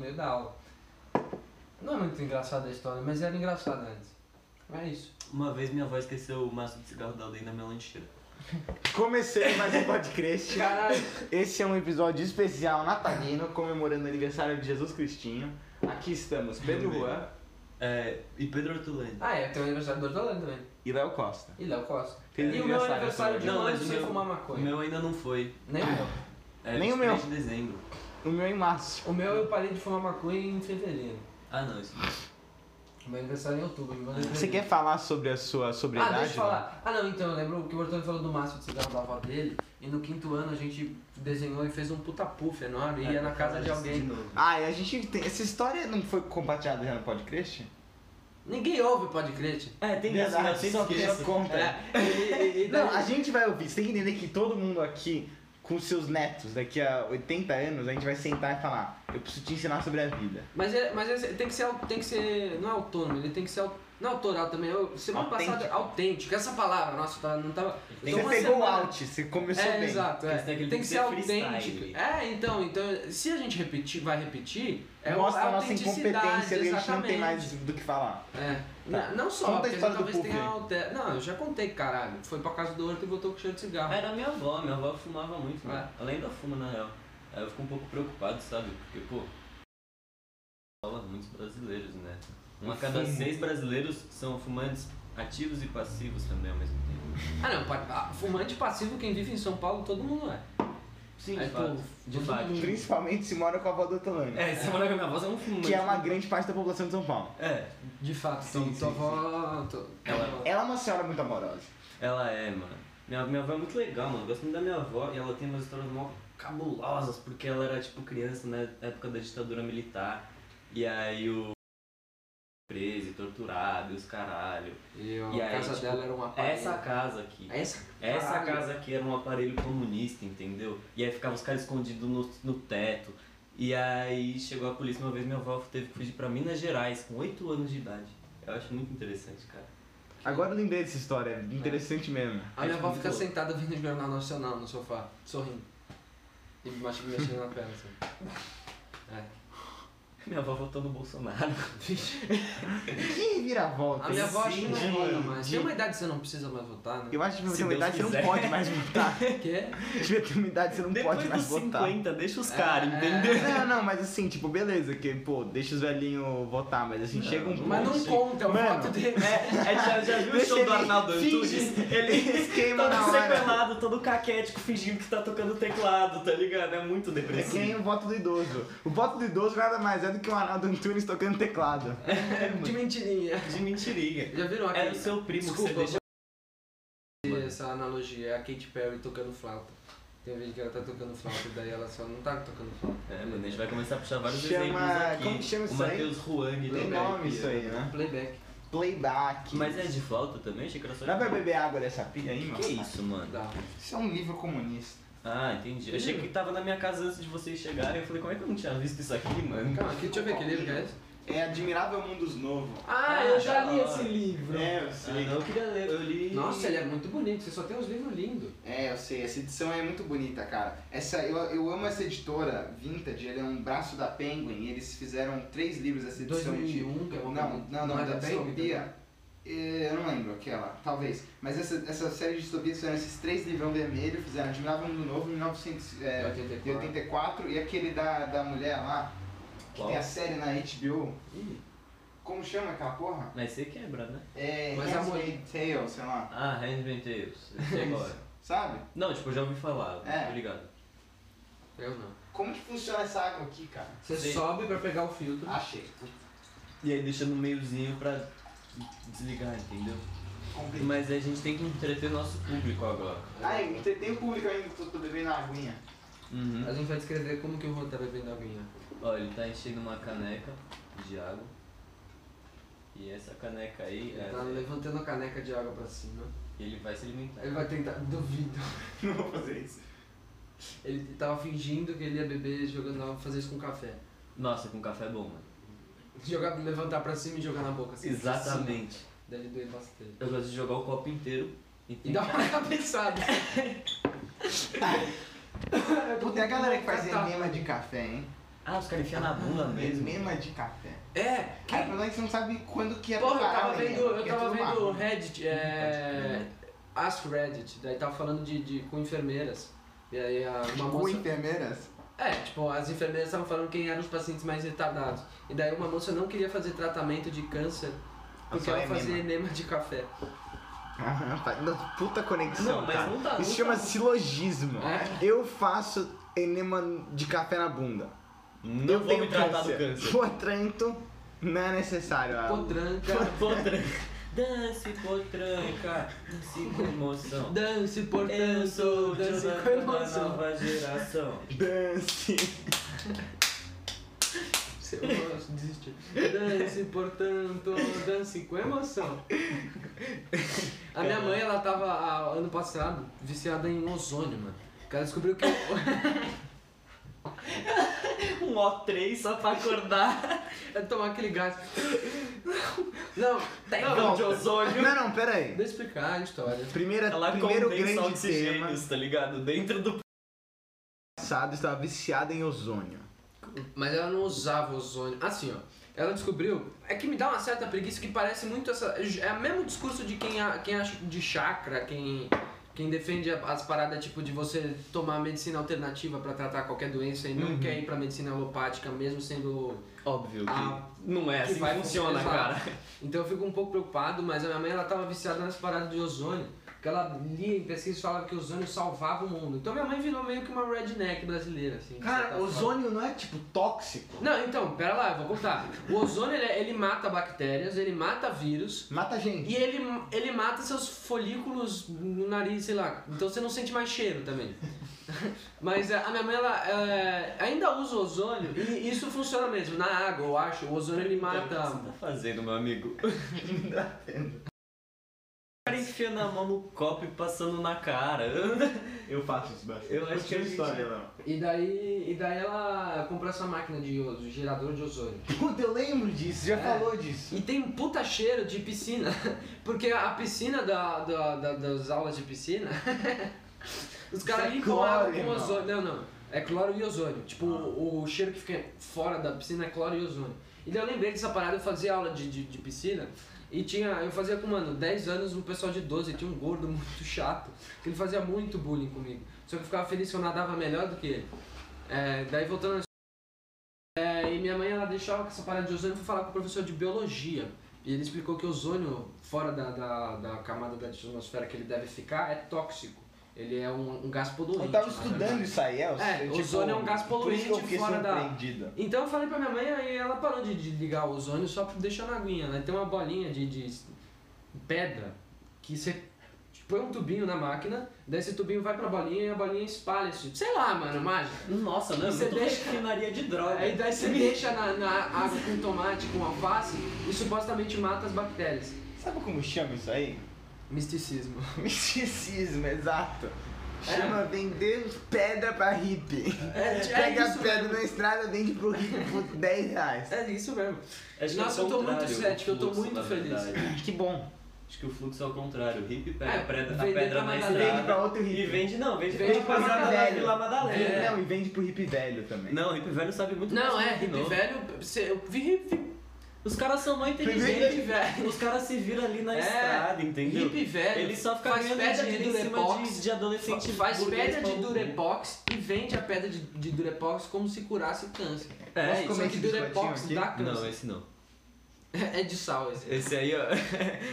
geral. Não é muito engraçada a história, mas era engraçada antes. É isso. Uma vez minha avó esqueceu o maço de cigarro dela dentro da minha lancheira. Comecei mais um podcast. Caralho. Esse é um episódio especial natalino, comemorando o aniversário de Jesus Cristinho. Aqui estamos Pedro Juan É, e Pedro Hortolândia. Ah, é, tem o aniversário do Hortolândia também. e Léo Costa. E Léo Costa. Feliz e o meu aniversário, aniversário de Não, um ano mas sem o meu- fumar O maconha. meu ainda não Ah, foi. Nem o meu. É, Nem o 23 meu. de dezembro. O meu é em março. O meu eu parei de fumar maconha em fevereiro. Ah, não, isso não. O meu aniversário é em outubro. em janeiro. Você quer falar sobre a sua Ah, sobriedade? deixa eu falar. Ah, não, então, eu lembro que o Hortônio falou do máximo de cigarro da avó dele. E no quinto ano a gente desenhou e fez um puta puff enorme. E ia É, na casa de alguém. Ah, e a gente tem... Essa história não foi compartilhada já no podcast? Ninguém ouve o podcast. É, tem isso, Verdade, né? Eu sempre só que esqueço. só conta. É, e- e- e daí- Não, a gente vai ouvir. Você tem que entender que todo mundo aqui, com seus netos, daqui a 80 anos, a gente vai sentar e falar: Eu preciso te ensinar sobre a vida. Mas, é, mas é- tem, que ser, au- tem que ser. Não é autônomo, ele tem que ser. au- Não é autoral também. Eu, semana passada, Autêntico. autêntico. Essa palavra, nossa, tá, não tava. Tem tô você uma pegou o semana- out, você começou É, bem. exato. é. Esse daqui Tem tem que que ser ser freestyle. autêntico. É, então, então, se a gente repetir, vai repetir, é o- Mostra é a nossa autenticidade, incompetência, a gente não tem exatamente. mais do que falar. É. Tá. N- Não só, Conta a porque história do talvez Puff tenha aí. alter... Não, eu já contei, caralho. Foi pra casa do Horto e voltou com cheiro de cigarro. É. Era minha avó, minha avó fumava muito, né? Ela ainda fuma, na real. Aí eu fico um pouco preocupado, sabe? Porque, pô, fala muitos brasileiros, né? Um a cada Fumo. seis brasileiros são fumantes ativos e passivos também ao mesmo tempo. Ah, não, pa- ah, fumante passivo, quem vive em São Paulo, todo mundo é. Sim, Aí, de pô, fato. De todo fato. mundo- Principalmente se mora com a avó do Hortolândia, É, você mora com a minha avó, você é um fumante. que é uma grande parte da população de São Paulo. É, De fato, Sim, então, sim, tua avó. tu- Ela- Ela é uma senhora muito amorosa. ela é, mano. Minha, minha avó é muito legal, mano. Eu gosto muito da minha avó e ela tem umas histórias mó cabulosas, porque ela era, tipo, criança na época da ditadura militar. E aí o. preso e torturado e os caralho. E a E aí, casa tipo, dela era uma parede. É Essa casa aqui. Essa, Essa Caralho. casa aqui era um aparelho comunista, entendeu? E aí ficava os caras escondidos no, no teto. E aí chegou a polícia uma vez, minha avó teve que fugir pra Minas Gerais com 8 anos de idade. Eu acho muito interessante, cara. Agora eu lembrei dessa história, é interessante mesmo. A minha É, avó tipo, fica muito sentada vendo o Jornal Nacional no sofá, sorrindo. E me machu- mexendo na perna, assim. É. Minha avó votou no Bolsonaro. Que vira-volta? A minha avó acho que não Sim, vota de- mais. de- Tem uma idade que você não precisa mais votar, né? Eu acho que você Se tem uma Deus idade que você não quiser. pode mais votar. Porque Devia ter uma idade que você não Depois pode dos mais votar. 50, deixa os caras, É, entendeu? Não, não, mas assim, tipo, beleza, que, pô, deixa os velhinhos votar, mas assim, Não, chega um Mas não ponto. conta, é o Mano, voto dele. É, é, já, já viu o Deixa show ele- do Arnaldo Antunes? finge- Ele eles queimam na todo hora. sequelado, todo caquético, fingindo que tá tocando teclado, tá ligado? É muito É que nem depressivo. o voto do idoso. O voto do idoso nada mais é do que o Arnaldo Antunes tocando teclado. É, De É mentirinha. De mentirinha. Já viram aqui? Era É o seu primo Desculpa, que você deixa. eu vou- essa analogia. É a Katy Perry tocando flauta. Tem um vídeo que ela tá tocando flauta, daí ela só não tá tocando flauta. É, mano, a gente vai começar a puxar vários Chama- exemplos aqui. como que chama isso o Matheus Ruang Tem também. nome aqui, isso né? aí, né? Playback. Playback. Mas é de flauta também? Achei que era só de Dá pra flauta. beber água dessa pilha aí, mano? Que isso, mano? Dá. Isso é um livro comunista. Ah, entendi. Eu achei que tava na minha casa antes de vocês chegarem. Eu falei, como é que eu não tinha visto isso aqui, mano? Calma, aqui, deixa eu ver que livro que é esse. É Admirável Mundos Novo. Ah, eu já li esse livro. É, eu Ah, não, eu queria ler. Eu li. Nossa, ele é muito bonito. Você só tem uns livros lindos. É, eu sei, essa edição é muito bonita, cara. Essa, eu, eu amo essa editora Vintage, ele é um braço da Penguin, e eles fizeram três livros dessa edição um. de. 2001, que é Não, uma não, não, é da Penguin? distopia. eh, Eu não lembro aquela, talvez. Mas essa, essa série de distopias fizeram esses três livrão vermelho, fizeram Admirável Mundo Novo em 1984 84. e aquele da, da mulher lá, que Qual? tem a série na HBO. Ih, Como chama aquela porra? Mas você quebra, né? É. Mas a Handmaid's Tale, sei lá. Ah, Handmaid's Tales. Eu sei agora. Sabe? Não, tipo, eu já ouvi falar. É. Tô ligado. Eu não. Como que funciona essa água aqui, cara? Você Sim. sobe pra pegar o filtro. Achei. E aí deixa no meiozinho pra desligar, entendeu? Comprei. Mas a gente tem que entreter nosso público agora. Ai, não tem, tem público ainda que eu tô bebendo aguinha. Uhum. A gente vai descrever como que o Juan tá bebendo aguinha. Ó, ele tá enchendo uma caneca de água. E essa caneca aí, Ele é- tá levantando a caneca de água pra cima. ele vai se alimentar. Ele vai tentar. Duvido. Não vou fazer isso. Ele tava fingindo que ele ia beber jogando, fazer isso com café. Nossa, com café é bom, mano. Jogar, levantar pra cima e jogar na boca. assim. Exatamente. Sim. Deve doer bastante. Eu gosto de jogar o copo inteiro e E tem dá uma cabeçada. tá- Tá, Pô, tem a galera que faz enema de café, hein? Ah, os caras enfiam na bunda mesmo. Mema de café. É, Aí o que, problema é que você não sabe quando que é porra, eu preparar tava a mema, vendo, eu porque é tava tudo vendo o marrom. Reddit, é, Ask Reddit, daí tava falando de, de- com enfermeiras. E aí a- uma Com moça. enfermeiras? É, tipo, as enfermeiras estavam falando quem eram os pacientes mais retardados. E daí uma moça não queria fazer tratamento de câncer porque só ela é fazia mema. enema de café. Aham, tá indo puta conexão, Não, mas cara. não tá- não Isso tá- chama silogismo. É. Eu faço enema de café na bunda. Não eu vou tenho me tratar do câncer. câncer. Potranto não é necessário. ah. Potranca, Potranca. Dance, potranca. Dance com emoção. dance, Eu sou portanto, o dance Jonathan com da emoção. nova geração. Dance. Seu rosto desiste. Dance, portanto, dance com emoção. A minha mãe, ela tava a- ano passado viciada em ozônio, mano. Porque Ela descobriu que. Um O3 só pra acordar. é tomar aquele gás. Não, Tá Não, de ozônio. Não, não, pera aí. deixa eu explicar a história. Primeira, Ela um primeiro condensa grande tema oxigênios, tá ligado? Dentro do... passado estava viciada em ozônio. Mas ela não usava ozônio. Assim, ó. Ela descobriu. É que me dá uma certa preguiça que parece muito essa. É o mesmo discurso de quem, a- quem acha de chakra, quem. Quem defende a- as paradas tipo de você tomar medicina alternativa pra tratar qualquer doença e não quer ir pra medicina alopática, mesmo sendo. Óbvio que Ah, não é que assim que vai funciona, funcionar. cara. Então eu fico um pouco preocupado, mas a minha mãe ela tava viciada nessa parada de ozônio. Porque ela lia em pesquisa e falava que o ozônio salvava o mundo. Então minha mãe virou meio que uma redneck brasileira, assim. de certa Cara, forma. ozônio não é tipo tóxico? Não, então, pera lá, eu vou contar. O ozônio, ele, é, ele mata bactérias, ele mata vírus Mata gente. e ele, ele mata seus folículos no nariz, sei lá. Então você não sente mais cheiro também. Mas é, a minha mãe, ela é, ainda usa ozônio e isso funciona mesmo. Na água, eu acho, o ozônio ele Então, o que mata... você tá fazendo, meu amigo? O cara enfiando a mão no copo e passando na cara. Eu faço isso bastante. Eu acho que a Continua a gente- história, Léo. E daí, e daí ela comprou essa máquina de ozônio, gerador de ozônio. Puta, eu lembro disso, já É. falou disso. E tem um puta cheiro de piscina, porque a piscina da, da- da- das aulas de piscina, os caras é limpam a água cloro, com irmão. Ah. ozônio. Não, não, é cloro e ozônio. Tipo, o, o cheiro que fica fora da piscina é cloro e ozônio. E daí eu lembrei dessa parada, eu fazia aula de, de, de piscina e tinha, eu fazia com, mano, 10 anos, um pessoal de 12, tinha um gordo muito chato, que ele fazia muito bullying comigo. Só que eu ficava feliz que eu nadava melhor do que ele. É, daí voltando na é, e minha mãe ela deixava com essa parada de ozônio e foi falar com o professor de biologia. E ele explicou que o ozônio, fora da, da, da camada da atmosfera que ele deve ficar, é tóxico. Ele é um, um gás poluente. Eu tava na estudando verdade. isso aí, Elcio. É, tipo, eu, ozônio é um gás por isso que eu poluente fiquei fora da- surpreendido. Então eu falei pra minha mãe aí ela parou de, de ligar o ozônio só deixando a aguinha. Né? Tem uma bolinha de, de pedra que você põe um tubinho na máquina, daí esse tubinho vai pra bolinha e a bolinha espalha. isso. Sei lá, mano, mágica. Nossa, não, Você eu tô deixa- refinaria de droga. Aí daí você deixa na, na água com tomate, com alface e supostamente mata as bactérias. Sabe como chama isso aí? Misticismo. Misticismo, exato. Chama vender pedra pra hippie. É, é Pega isso a pedra mesmo. na estrada, vende pro hippie por 10 né? reais. É isso mesmo. Acho que é o Nossa, eu tô muito contrário, cético, eu tô o fluxo, muito na feliz. verdade. Que bom. Acho que o fluxo é o contrário. O hippie pega É, a pedra, a vender pedra pra na Madalena. estrada Vende pra outro hippie. e vende, não, vende, Vende pra pra rapaziada da Madalena. Vila Madalena. É. Não, e vende pro hippie velho também. Não, o hippie velho sabe muito Não, mais é, que hippie novo. velho. cê- eu vi hippie, Os caras são mais hippie inteligentes. velho. Os caras se viram ali na É, estrada, entendeu? Hippie velho. Ele só fica faz ganhando pedra de dinheiro em cima durepox. de, de né? adolescente Faz burguês pedra de maluco. durepox e vende a pedra de, de durepox como se curasse câncer. É, Posso isso Só comer que esse biscoitinho durepox aqui? dá Não, câncer. esse não. É de sal esse. Esse aí, ó,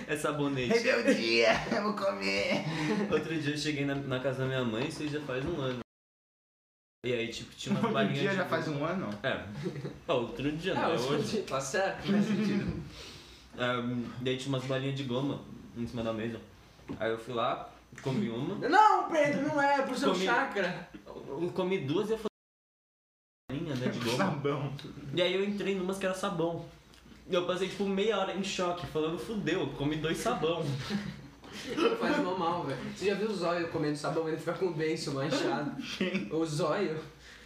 é sabonete. Rebeldia, eu vou comer. Outro dia eu cheguei na, na casa da minha mãe, isso aí já faz um ano. E aí, tipo, tinha uma Outro balinha dia de... já faz um ano. É. Ah, outro dia Ah, não, é eu hoje. escondi, tá certo? Faz sentido. Um, e aí tinha umas balinhas de goma em cima da mesa. Aí eu fui lá, comi uma. Não, Pedro, não é, é pro seu Comi- chakra. Eu comi duas e eu falei... Balinha, né, de goma. Sabão. E aí eu entrei numas que era sabão. E eu passei tipo meia hora em choque, falando, fudeu, comi dois sabão. Faz mal mal, velho. Você já viu o zóio comendo sabão? Ele fica com o beiço manchado. o zóio.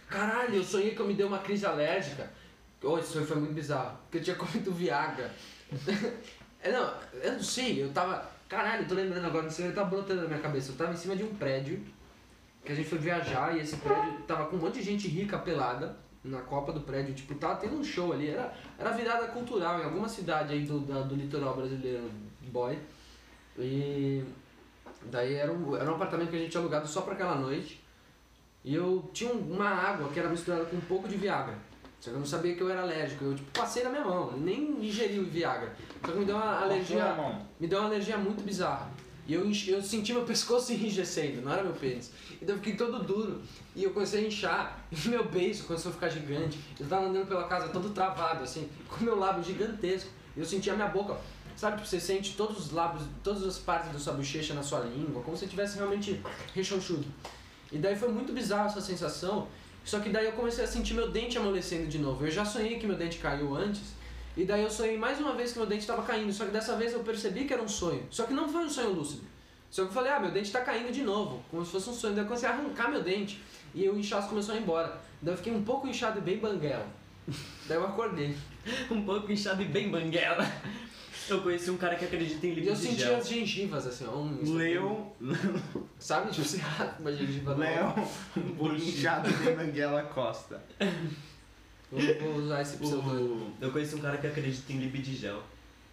Caralho, eu sonhei que eu me dei uma crise alérgica. Oh, isso foi muito bizarro. Porque eu tinha comido Viagra. é, não, eu não sei, eu tava. Caralho, eu tô lembrando agora, não sei, tá brotando na minha cabeça. Eu tava em cima de um prédio que a gente foi viajar e esse prédio tava com um monte de gente rica pelada. na Copa do Prédio, tipo, tava tendo um show ali, era, era virada cultural em alguma cidade aí do, da- do litoral brasileiro, boy. E daí era um, era um apartamento que a gente tinha alugado só pra aquela noite. E eu tinha um, uma água que era misturada com um pouco de Viagra. Só que eu não sabia que eu era alérgico. Eu tipo, passei na minha mão, nem ingeri o Viagra. Só que me deu uma alergia. Me deu uma alergia muito bizarra. E eu, enchi- eu senti meu pescoço enrijecendo, não era meu pênis. Então eu fiquei todo duro. E eu comecei a inchar. E meu beiço começou a ficar gigante. Eu tava andando pela casa todo travado, assim, com meu lábio gigantesco. E eu sentia a minha boca. Sabe, tipo, você sente todos os lábios, todas as partes da sua bochecha na sua língua, como se você tivesse realmente rechonchudo. E daí foi muito bizarra essa sensação. Só que daí eu comecei a sentir meu dente amolecendo de novo. Eu já sonhei que meu dente caiu antes. E daí eu sonhei mais uma vez que meu dente estava caindo. Só que dessa vez eu percebi que era um sonho. Só que não foi um sonho lúcido. Só que eu falei, ah, meu dente tá caindo de novo. Como se fosse um sonho. Daí eu comecei a arrancar meu dente. E o inchaço começou a ir embora. Daí eu fiquei um pouco inchado e bem banguela. daí eu acordei. Um pouco inchado e bem banguela. Eu conheci um cara que acredita em E libido eu de senti gel. as gengivas, assim, ó. Um... Leo, Sabe? Tipo, você raspa uma gengiva nova. Leo, Um o inchado de Banguela Costa. Eu vou usar esse pseudônimo. O... Eu conheci um cara que acredita em libido de gel.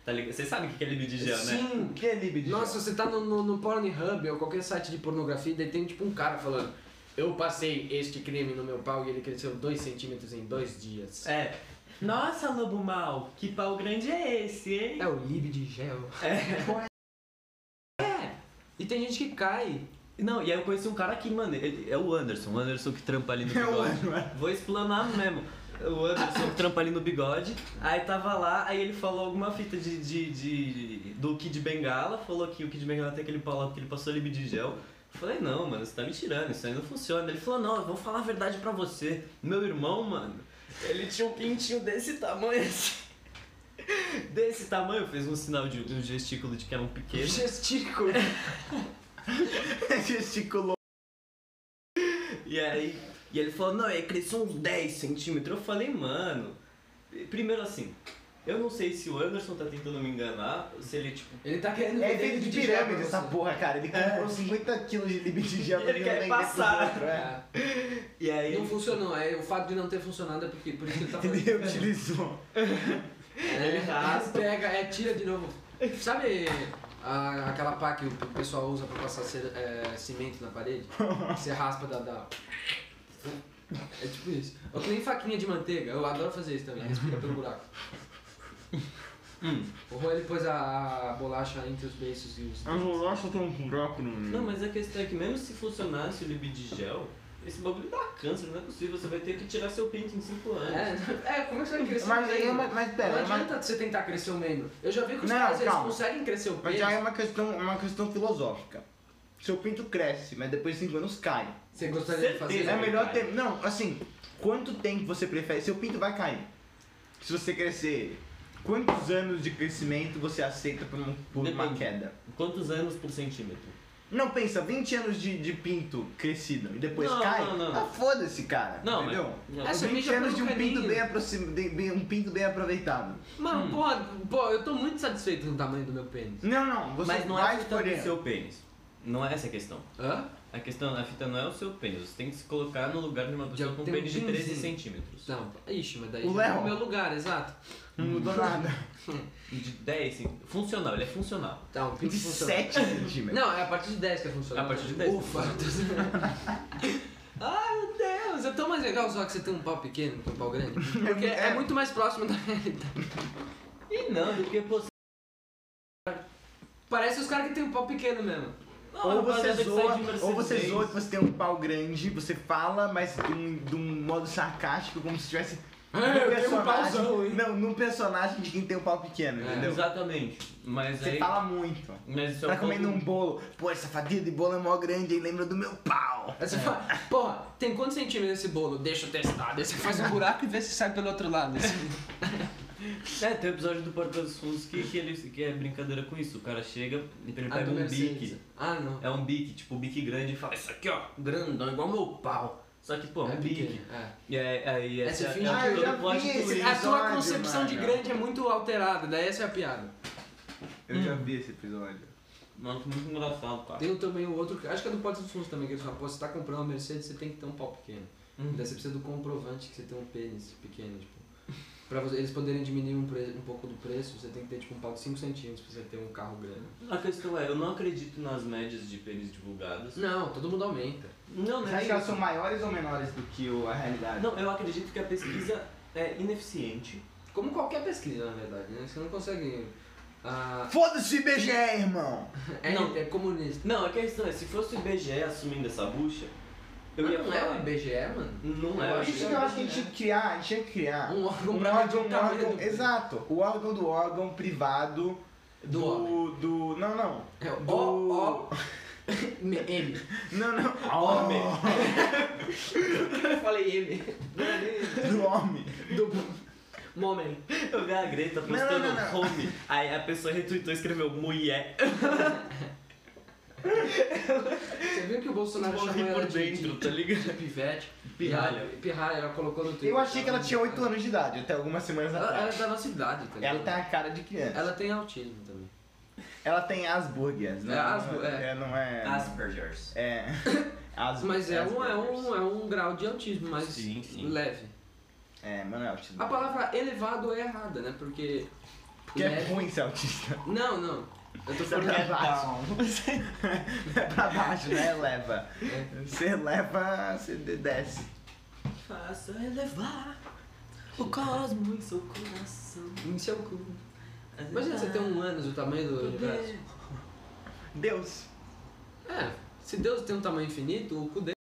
Tá ligado? Vocês sabem o que é libido de gel, né? Sim! Que é libido? Nossa, você tá no, no, no Pornhub ou qualquer site de pornografia e daí tem tipo um cara falando eu passei este creme no meu pau e ele cresceu 2 centímetros em dois dias. É. Nossa, lobo mal, que pau grande é esse, hein? É o lib de gel. É. E tem gente que cai. Não, e aí eu conheci um cara que, mano, ele, é o Anderson, o Anderson que trampa ali no É o bigode. ano, é. Vou explanar mesmo. O Anderson que trampa ali no bigode. Aí tava lá, aí ele falou alguma fita de, de, de- do Kid Bengala, falou que o Kid Bengala tem aquele pau lá porque ele passou libe de gel. Eu Falei, não, mano, você tá me tirando, isso aí não funciona. Ele falou, não, eu vou falar a verdade pra você. Meu irmão, mano, ele tinha um pintinho desse tamanho assim. Desse tamanho, fez um sinal de um gestículo de que era um pequeno. Gestículo. Gesticulou. E aí, e ele falou, não, é ele cresceu uns 10 centímetros. Eu falei, mano, primeiro assim, eu não sei se o Anderson tá tentando me enganar, se ele, tipo, Ele tá querendo É vender feito lib de gel pra pirâmide você. essa porra, cara. Ele comprou 50 quilos de libidigel É. Ele quer passar. É. e aí... Não funcionou. É, o fato de não ter funcionado é porque por isso que ele tá falando. Ele reutilizou. É, Ele raspa. pega, é, tira de novo. Sabe a- aquela pá que o pessoal usa pra passar ce- é, cimento na parede? Você raspa da. da- É tipo isso. Ou que nem faquinha de manteiga, eu adoro fazer isso também, respira pelo buraco. O Rô ele pôs a, a bolacha entre os beiços e os. bolacha tem um buraco no Não, mas a questão é que mesmo se funcionasse o libidigel, esse bagulho dá câncer, não é possível, você vai ter que tirar seu pinto em 5 anos. É, é, como é que você vai crescer Mas um aí é membro? uma- mas pera, não mas- adianta você tentar crescer o membro. Eu já vi que os Não, caras eles calma. conseguem crescer o Mas peito. já é uma questão, uma questão filosófica. Seu pinto cresce, mas depois de 5 anos cai. Você gostaria de fazer? Certeza. É Ele melhor cai. ter. Não, assim, quanto tempo você prefere? Seu pinto vai cair. Se você crescer, quantos anos de crescimento você aceita por, um- por uma Depende. queda? Quantos anos por centímetro? Não, pensa, 20 anos de, de pinto crescido e depois Não, cai. não, não. Ah, foda-se, cara. Não, entendeu? mas- não. É, você 20 mija anos de pelo um pinto caninho. bem, aproxim... de- bem- um pinto bem aproveitado. Hum. Mano, porra, pô, eu tô muito satisfeito com o tamanho do meu pênis. Não, não, você mas não vai é a fita escolher. do seu pênis. Não é essa a questão. Hã? A questão, a fita não é o seu pênis, você tem que se colocar no lugar de uma pessoa Já com um tem um pênis de 13 pinzinho. centímetros. Não, ixi, mas daí O já Léo. é o meu lugar, exato. Não mudou nada. De 10 centímetros. Funcional, ele é funcional. Tá, um pinto De funciona. 7 centímetros. Não, é a partir de 10 que é funcional. É a partir de 10. Ufa. Ai, meu Deus, é tão mais legal só que você tem um pau pequeno que um pau grande. Porque é, É. muito mais próximo da realidade. E não, porque você. Parece os caras que tem um pau pequeno mesmo. Não, Ou você, rapaziada que sai zoa, de Mercedes ou você Benz. zoa que você tem um pau grande, você fala, mas de um, de um modo sarcástico, como se tivesse. É, eu tenho um pauzão, hein? Não, num personagem de quem tem um pau pequeno, É, entendeu? Exatamente. Mas Você aí. fala muito. Mas isso é Tá um comendo pouco- um bolo. Pô, essa fatia de bolo é mó grande, aí lembra do meu pau. Aí você fala, porra, tem quantos centímetros esse bolo? Deixa eu testar. Daí você faz um buraco e vê se sai pelo outro lado. assim. É, tem um episódio do Porta dos Fundos que, que, ele, que é brincadeira com isso. O cara chega e ele Ah, pega do um Mercedes. bique. Ah, não. É um bique, tipo, um bique grande e fala, isso aqui ó, grandão, igual meu pau. Só que, pô, é um bique. pequeno, é. E aí, aí É, essa você é finge a- que- todo Ah, eu já plot vi esse- twist. A tua Episódio, concepção de mano. grande é muito alterada, daí essa é a piada. Eu já vi esse episódio. Mano, foi muito engraçado, cara. Tem também o outro, acho que é do Porta dos Fundos também, que eles falam, pô, você tá comprando uma Mercedes, você tem que ter um pau pequeno. Uhum. Daí você precisa do comprovante que você tem um pênis pequeno, tipo. Pra você- eles poderem diminuir um, pre- um pouco do preço, você tem que ter tipo um pau de 5 centímetros pra você ter um carro grande. A questão é, eu não acredito nas médias de pênis divulgadas. Não, todo mundo aumenta. Não, não Você acha é que elas isso. são maiores ou menores do que o- a realidade? Não, eu acredito que a pesquisa é ineficiente. Como qualquer pesquisa, na verdade, né? Você não consegue. ah, Foda-se IBGE, irmão! é, Não. é comunista. Não, a questão é, se fosse o IBGE assumindo essa bucha, eu ia Mas não é o falar. IBGE, mano? Não é, Eu acho eu acho Isso que eu acho que a gente tinha que criar, a gente tinha que criar. Um órgão um pra medir órgão, o um tamanho órgão do- exato, o órgão do órgão privado Do homem. do- não, não. É o Do- O, O, M. M. Não, não. Homem. Por que eu falei M? Do homem. Do um homem. Eu vi a Greta postando um Não, não, não, não. home, aí a pessoa retweetou e escreveu mulher. Você viu que o Bolsonaro Morri chamou ela por de, dentro, de, tá ligado? de pivete? Pirralha. E ela- Pirralha, ela colocou no Twitter. Eu achei que ela tinha 8 anos de idade, até algumas semanas Ela, ela é atrás. da nossa idade, tá ligado? Ela tem a cara de criança. Ela tem autismo também. Ela tem Asperger's, né? É, Asperger, é. É, não é. Aspergers. É. As, Mas é um, é, Asperger's. um, é um grau de autismo mais Ah, Sim, sim. leve. É, mano, é autista. A palavra elevado é errada, né? Porque. Porque é leve- ruim ser autista. Não, não. Eu tô falando. é é pra baixo, né? Leva. É. Você leva, você desce. Faça elevar o cosmo em seu coração. Em seu cu. Imagina você ter um ânus, o tamanho do universo. Deus. É, se Deus tem um tamanho infinito, o cu dele.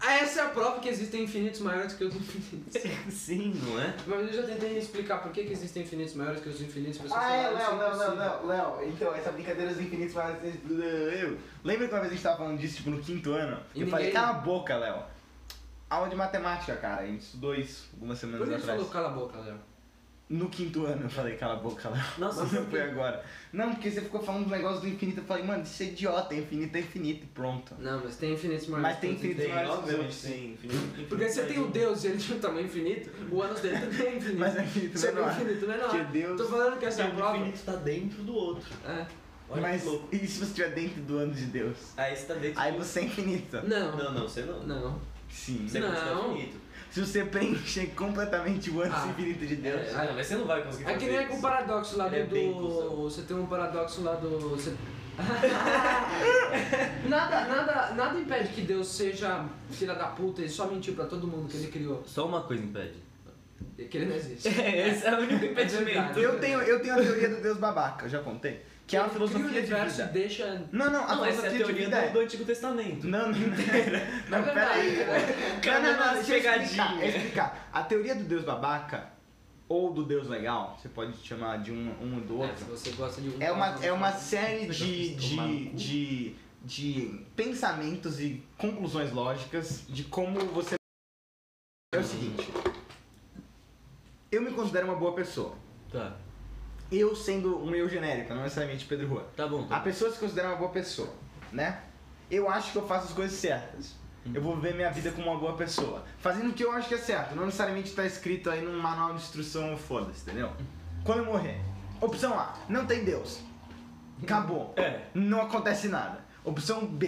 Ah, essa é a prova que existem infinitos maiores que os infinitos. Sim, não é? Mas eu já tentei explicar por que, que existem infinitos maiores que os infinitos. Pessoas Ah, é, falaram, "Isso Léo, Léo, Léo, impossível." Léo, Léo. Então, essa brincadeira dos infinitos mas... eu- Lembra que uma vez a gente tava falando disso, tipo, no quinto ano? E eu ninguém- falei, cala a boca, Léo. Aula de matemática, cara. A gente estudou isso algumas Por semanas que você atrás. falou cala a boca, Léo? No quinto ano eu falei, cala a boca, Léo. Nossa, Mas não você- foi agora. Não, porque você ficou falando do negócio do infinito. Eu falei, mano, isso é idiota. Infinito é infinito e pronto. Não, mas tem infinitos maiores Mas tem que os infinitos maiores que obviamente, Deus. tem infinito. Porque você tem o Deus e ele tem um tamanho infinito, o ânus dele também é infinito. Mas é infinito Você menor. é infinito, né? Porque Deus- Tô falando que Porque essa é a o prova. infinito tá dentro do outro. É. Olha Mas que louco. e se você estiver dentro do ano de Deus? Aí você tá dentro Aí do você é infinito. Não. Não, não, você não. Não. Sim. Você Não. não. infinito. Se você preencher completamente o ano Ah. infinito de Deus. Ah, não, mas você não vai conseguir É fazer que nem isso. o paradoxo lá do. Ele é bem do cuzão. você tem um paradoxo lá do. Você... nada, nada, nada impede que Deus seja filha da puta e só mentiu pra todo mundo que ele criou. Só uma coisa impede. E que ele não existe. É, esse é o único impedimento. impedimento. Eu tenho, eu tenho a teoria do Deus babaca, eu já contei. Que é uma Ele cria o filosofia de universo e vida. deixa. Não, não, a Não, essa é a filosofia de teoria vida do, do é. Antigo Testamento. Não, não, não, É peraí. verdade, Não, não, não, deixa eu explicar, Pegadinha. deixa eu explicar. A teoria do Deus babaca, ou do Deus legal, você pode chamar de um, um ou do É, se outro, você gosta de um. é uma, é uma Você série de, Tomar no de, cu. de, de pensamentos e conclusões lógicas de como você. É o seguinte. Eu me considero uma boa pessoa. Tá, Eu sendo um eu genérico, não necessariamente Pedro Juan. tá bom. A Tá. pessoa se considera uma boa pessoa, né? Eu acho que eu faço as coisas certas. Eu vou viver minha vida como uma boa pessoa. Fazendo o que eu acho que é certo. Não necessariamente tá escrito aí num manual de instrução, foda-se, entendeu? Quando eu morrer. Opção A, não tem Deus. Acabou. É. Não acontece nada. Opção B,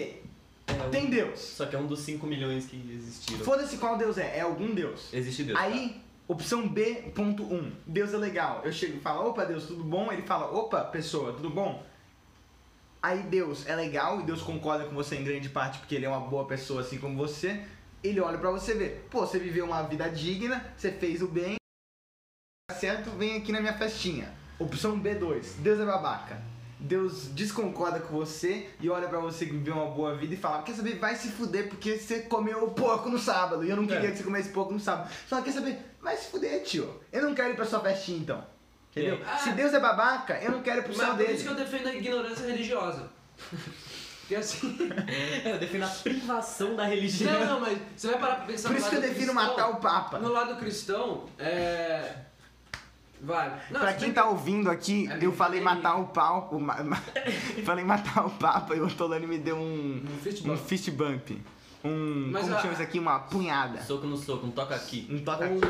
É, tem um- Deus. Só que é um dos 5 milhões que existiram. Foda-se qual Deus é, é algum Deus. Existe Deus. tá. Aí, opção B.1. Deus é legal. Eu chego e falo, opa, Deus, tudo bom? Ele fala, opa, pessoa, tudo bom? Aí Deus é legal e Deus concorda com você em grande parte porque ele é uma boa pessoa assim como você. Ele olha pra você ver, pô, você viveu uma vida digna, você fez o bem, tá certo? Vem aqui na minha festinha. Opção B2, Deus é babaca. Deus desconcorda com você e olha pra você que viveu uma boa vida e fala: Quer saber? Vai se fuder porque você comeu porco no sábado e eu não queria É. que você comesse porco no sábado. Só quer saber? Vai se fuder, tio. Eu não quero ir pra sua festinha então. Entendeu? É. Se Deus é babaca, eu não quero ir pro Mas céu por dele. isso que eu defendo a ignorância religiosa. Porque assim. É, eu defino a privação da religião. Não, não, mas você vai parar pra pensar Por no isso que eu lado defino cristão. matar o Papa. No lado cristão, é. Vai. Não, pra se quem bem tá ouvindo aqui, É eu falei bem- matar o pau. o ma- ma- falei matar o Papa e o Tolani me deu um. Um fist Um bump. fist bump. Um. Mas como a- chama isso aqui? Uma punhada. Soco no soco, não toca aqui. Um toca aqui.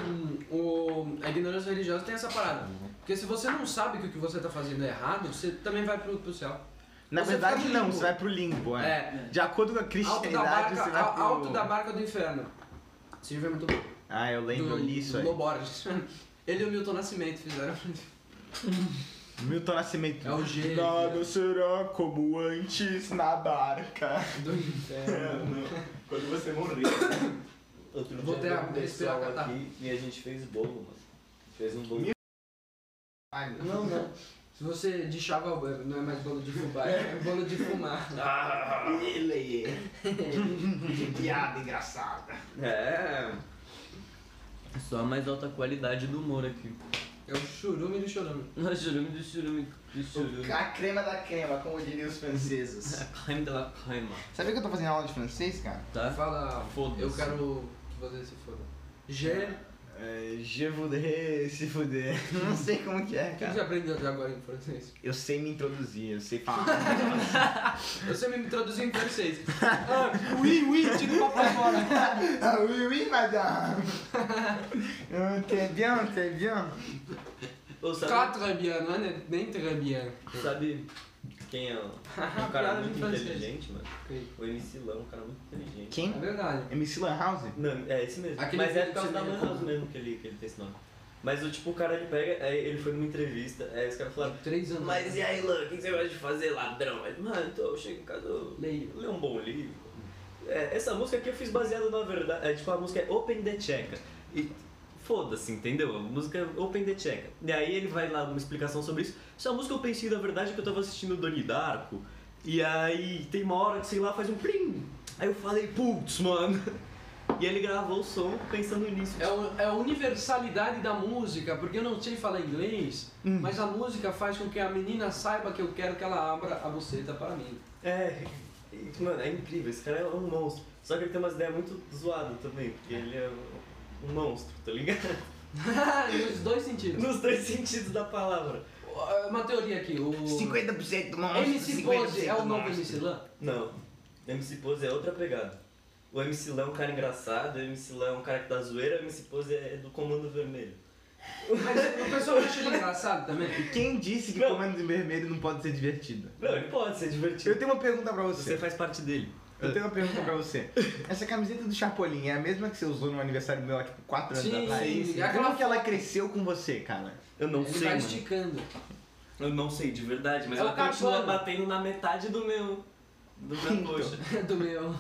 O, o- a ignorância religiosa tem essa parada. Porque se você não sabe que o que você tá fazendo é errado, você também vai pro, pro céu. Na Você verdade, fica no não, limbo. você vai pro limbo, é. É. De acordo com a Alto da, cristianidade, você barca, vai a- pro... alto da barca do inferno. Esse livro é muito bom. Ah, eu lembro, eu li isso aí. Lô Borges. Ele e o Milton Nascimento fizeram. Milton Nascimento. É o gênio. Nada será como antes na barca. Do inferno. Quando você morrer. Outro Vou ter dia a- um esperar pessoal catar. aqui e a gente fez bolo, mano. Fez um bolo. Ai, meu Não, não. Se você de chava não é mais bolo de fubá, é bolo de fumar. Ah, Ele Que piada engraçada. É. Só a mais alta qualidade do humor aqui. É o churume do chorume. Não, churume do churume do churume. A crema da crema, como diriam os franceses. A creme de la crema, Sabia que eu tô fazendo aula de francês, cara? tá? Fala, Foda-se. eu quero que você se foda. G, É, je voudrais se fuder. Não sei como que é, o que que cara. você aprendeu até agora em francês? Eu sei me introduzir, eu sei falar. Eu sempre me traduzi em francês. Ah, oui, oui, tira o papo pra fora. ah, oui, oui, madame. Ah, Très bien, très bien. Ou sabe, Quatre bien, não é nem très bien. sabe quem é o- um Piada cara de muito francês. inteligente, mano? Ok, O MC Lão é um cara muito inteligente. É Quem? verdade. MC Lan House? Não, é esse mesmo. Aquele Mas é vídeo por causa que da você Lan me House mesmo que ele, que ele tem esse nome. Mas o tipo, o cara ele pega, aí ele foi numa entrevista, aí os caras falaram, Três anos. mas e aí, Lan, o que que você gosta de fazer, ladrão? Ele, mano, eu tô- eu chego em casa, eu Leio. Lê um bom livro. É, essa música aqui eu fiz baseada na verdade. É, tipo, a música é Open the Checa. E foda-se, entendeu? A música é Open the Checa. E aí ele vai lá numa explicação sobre isso. Essa música eu pensei na verdade que eu tava assistindo o Doni Darko. E aí tem uma hora que, sei lá, faz um plim. Aí eu falei, putz, mano. E ele gravou o som pensando nisso. É, o- é a universalidade da música, porque eu não sei falar inglês, Hum. mas a música faz com que a menina saiba que eu quero que ela abra a buceta para mim. É. e, Mano, é incrível, esse cara é um monstro. Só que ele tem umas ideias muito zoadas também, porque ele é um monstro, tá ligado? Nos dois sentidos. Nos dois sentidos da palavra. Uh, Uma teoria aqui, o. 50% do monstro, MC 50% Pose é o do novo monstro. MC Lan? Não. MC Pose é outra pegada. O MC Lá é um cara engraçado, o MC Lá é um cara que dá zoeira, o MC Pose é do Comando Vermelho. Mas o pessoal acha ele engraçado também. Quem disse que Não. comendo em vermelho não pode ser divertido? Não, ele pode ser divertido. Eu tenho uma pergunta pra Você você. faz parte dele. Eu tenho uma pergunta pra você. Essa camiseta do Chapolin é a mesma que você usou no aniversário meu há tipo 4 anos Sim, atrás? sim. Como Aquela que ela cresceu com você, cara? Eu não ele sei, vai mano. esticando. Eu não sei, de verdade, mas É o ela continua Capana. batendo na metade do meu... Do meu Então. coxa. Do meu.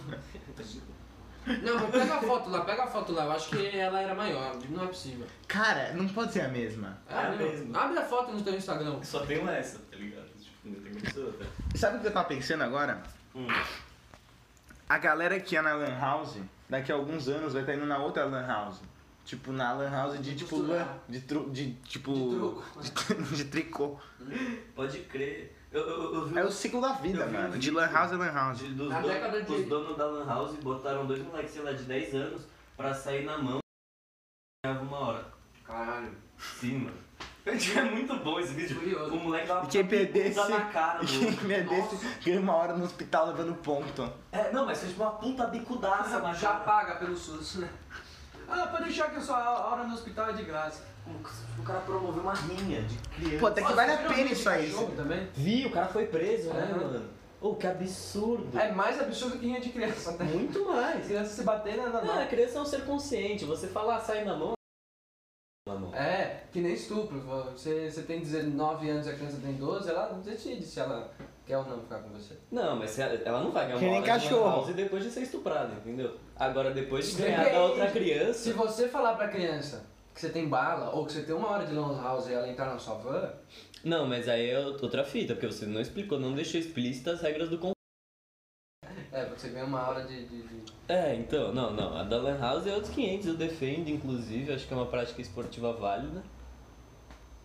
Não, mas pega a foto lá, pega a foto lá. Eu acho que ela era maior, não é possível. Cara, não pode ser a mesma. Ah, É não. mesmo. Abre a foto no teu Instagram. Só tem uma essa, tá ligado? Tipo, não tem muita outra. Sabe o que eu tava pensando agora? Hum. A galera que ia na Lan House, daqui a alguns anos vai estar indo na outra Lan House. Tipo, na Lan House de De tipo. costurar. lan- De, tru, de tipo. De truco. De, tru- de tricô. Pode crer. Eu, eu, eu vi É o ciclo da vida, Eu vi um mano. De vídeo. Lan House a Lan House. De- dos Na donos- década de- Os donos da Lan House botaram dois moleques, sei lá, de 10 anos pra sair na mão. Ganhava uma hora. Caralho. Sim, mano. É muito bom esse vídeo. Curioso. O moleque dava E quem uma perdesse- puta na cara do outro. Quem perdesse ganha uma hora no hospital levando ponto. É, não, mas fez uma puta bicudaça, mas Já paga pelo SUS. né? Ah, pode deixar que a sua hora no hospital é de graça. O cara promoveu uma rinha de criança. Pô, até que Ó, vale vocês a viram pena um vídeo de isso aí. cachorro Também? Vi, o cara foi preso, né, né, mano? mano? Ô, que absurdo. É mais absurdo que rinha de criança, né? Muito mais. Criança se bater na Não, a normal. criança é um ser consciente. Você falar, sai na mão. Na mão. É, que nem estupro. Você, você tem 19 anos e a criança tem 12, ela decide se ela quer ou não ficar com você. Não, mas ela- ela não vai ganhar Que uma nem hora de cachorro. Lan House depois de ser estuprada, entendeu? Agora, depois de ganhar Depende. da outra Se criança, você falar pra criança que você tem bala ou que você tem uma hora de lan house e ela entrar na sua van, Não, mas aí é outra fita, porque você não explicou, não deixou explícita as regras do con... é, você ganha uma hora de. de- de- É, então, não, não. A da Lan House é outros 500, eu defendo, inclusive, acho que é uma prática esportiva válida.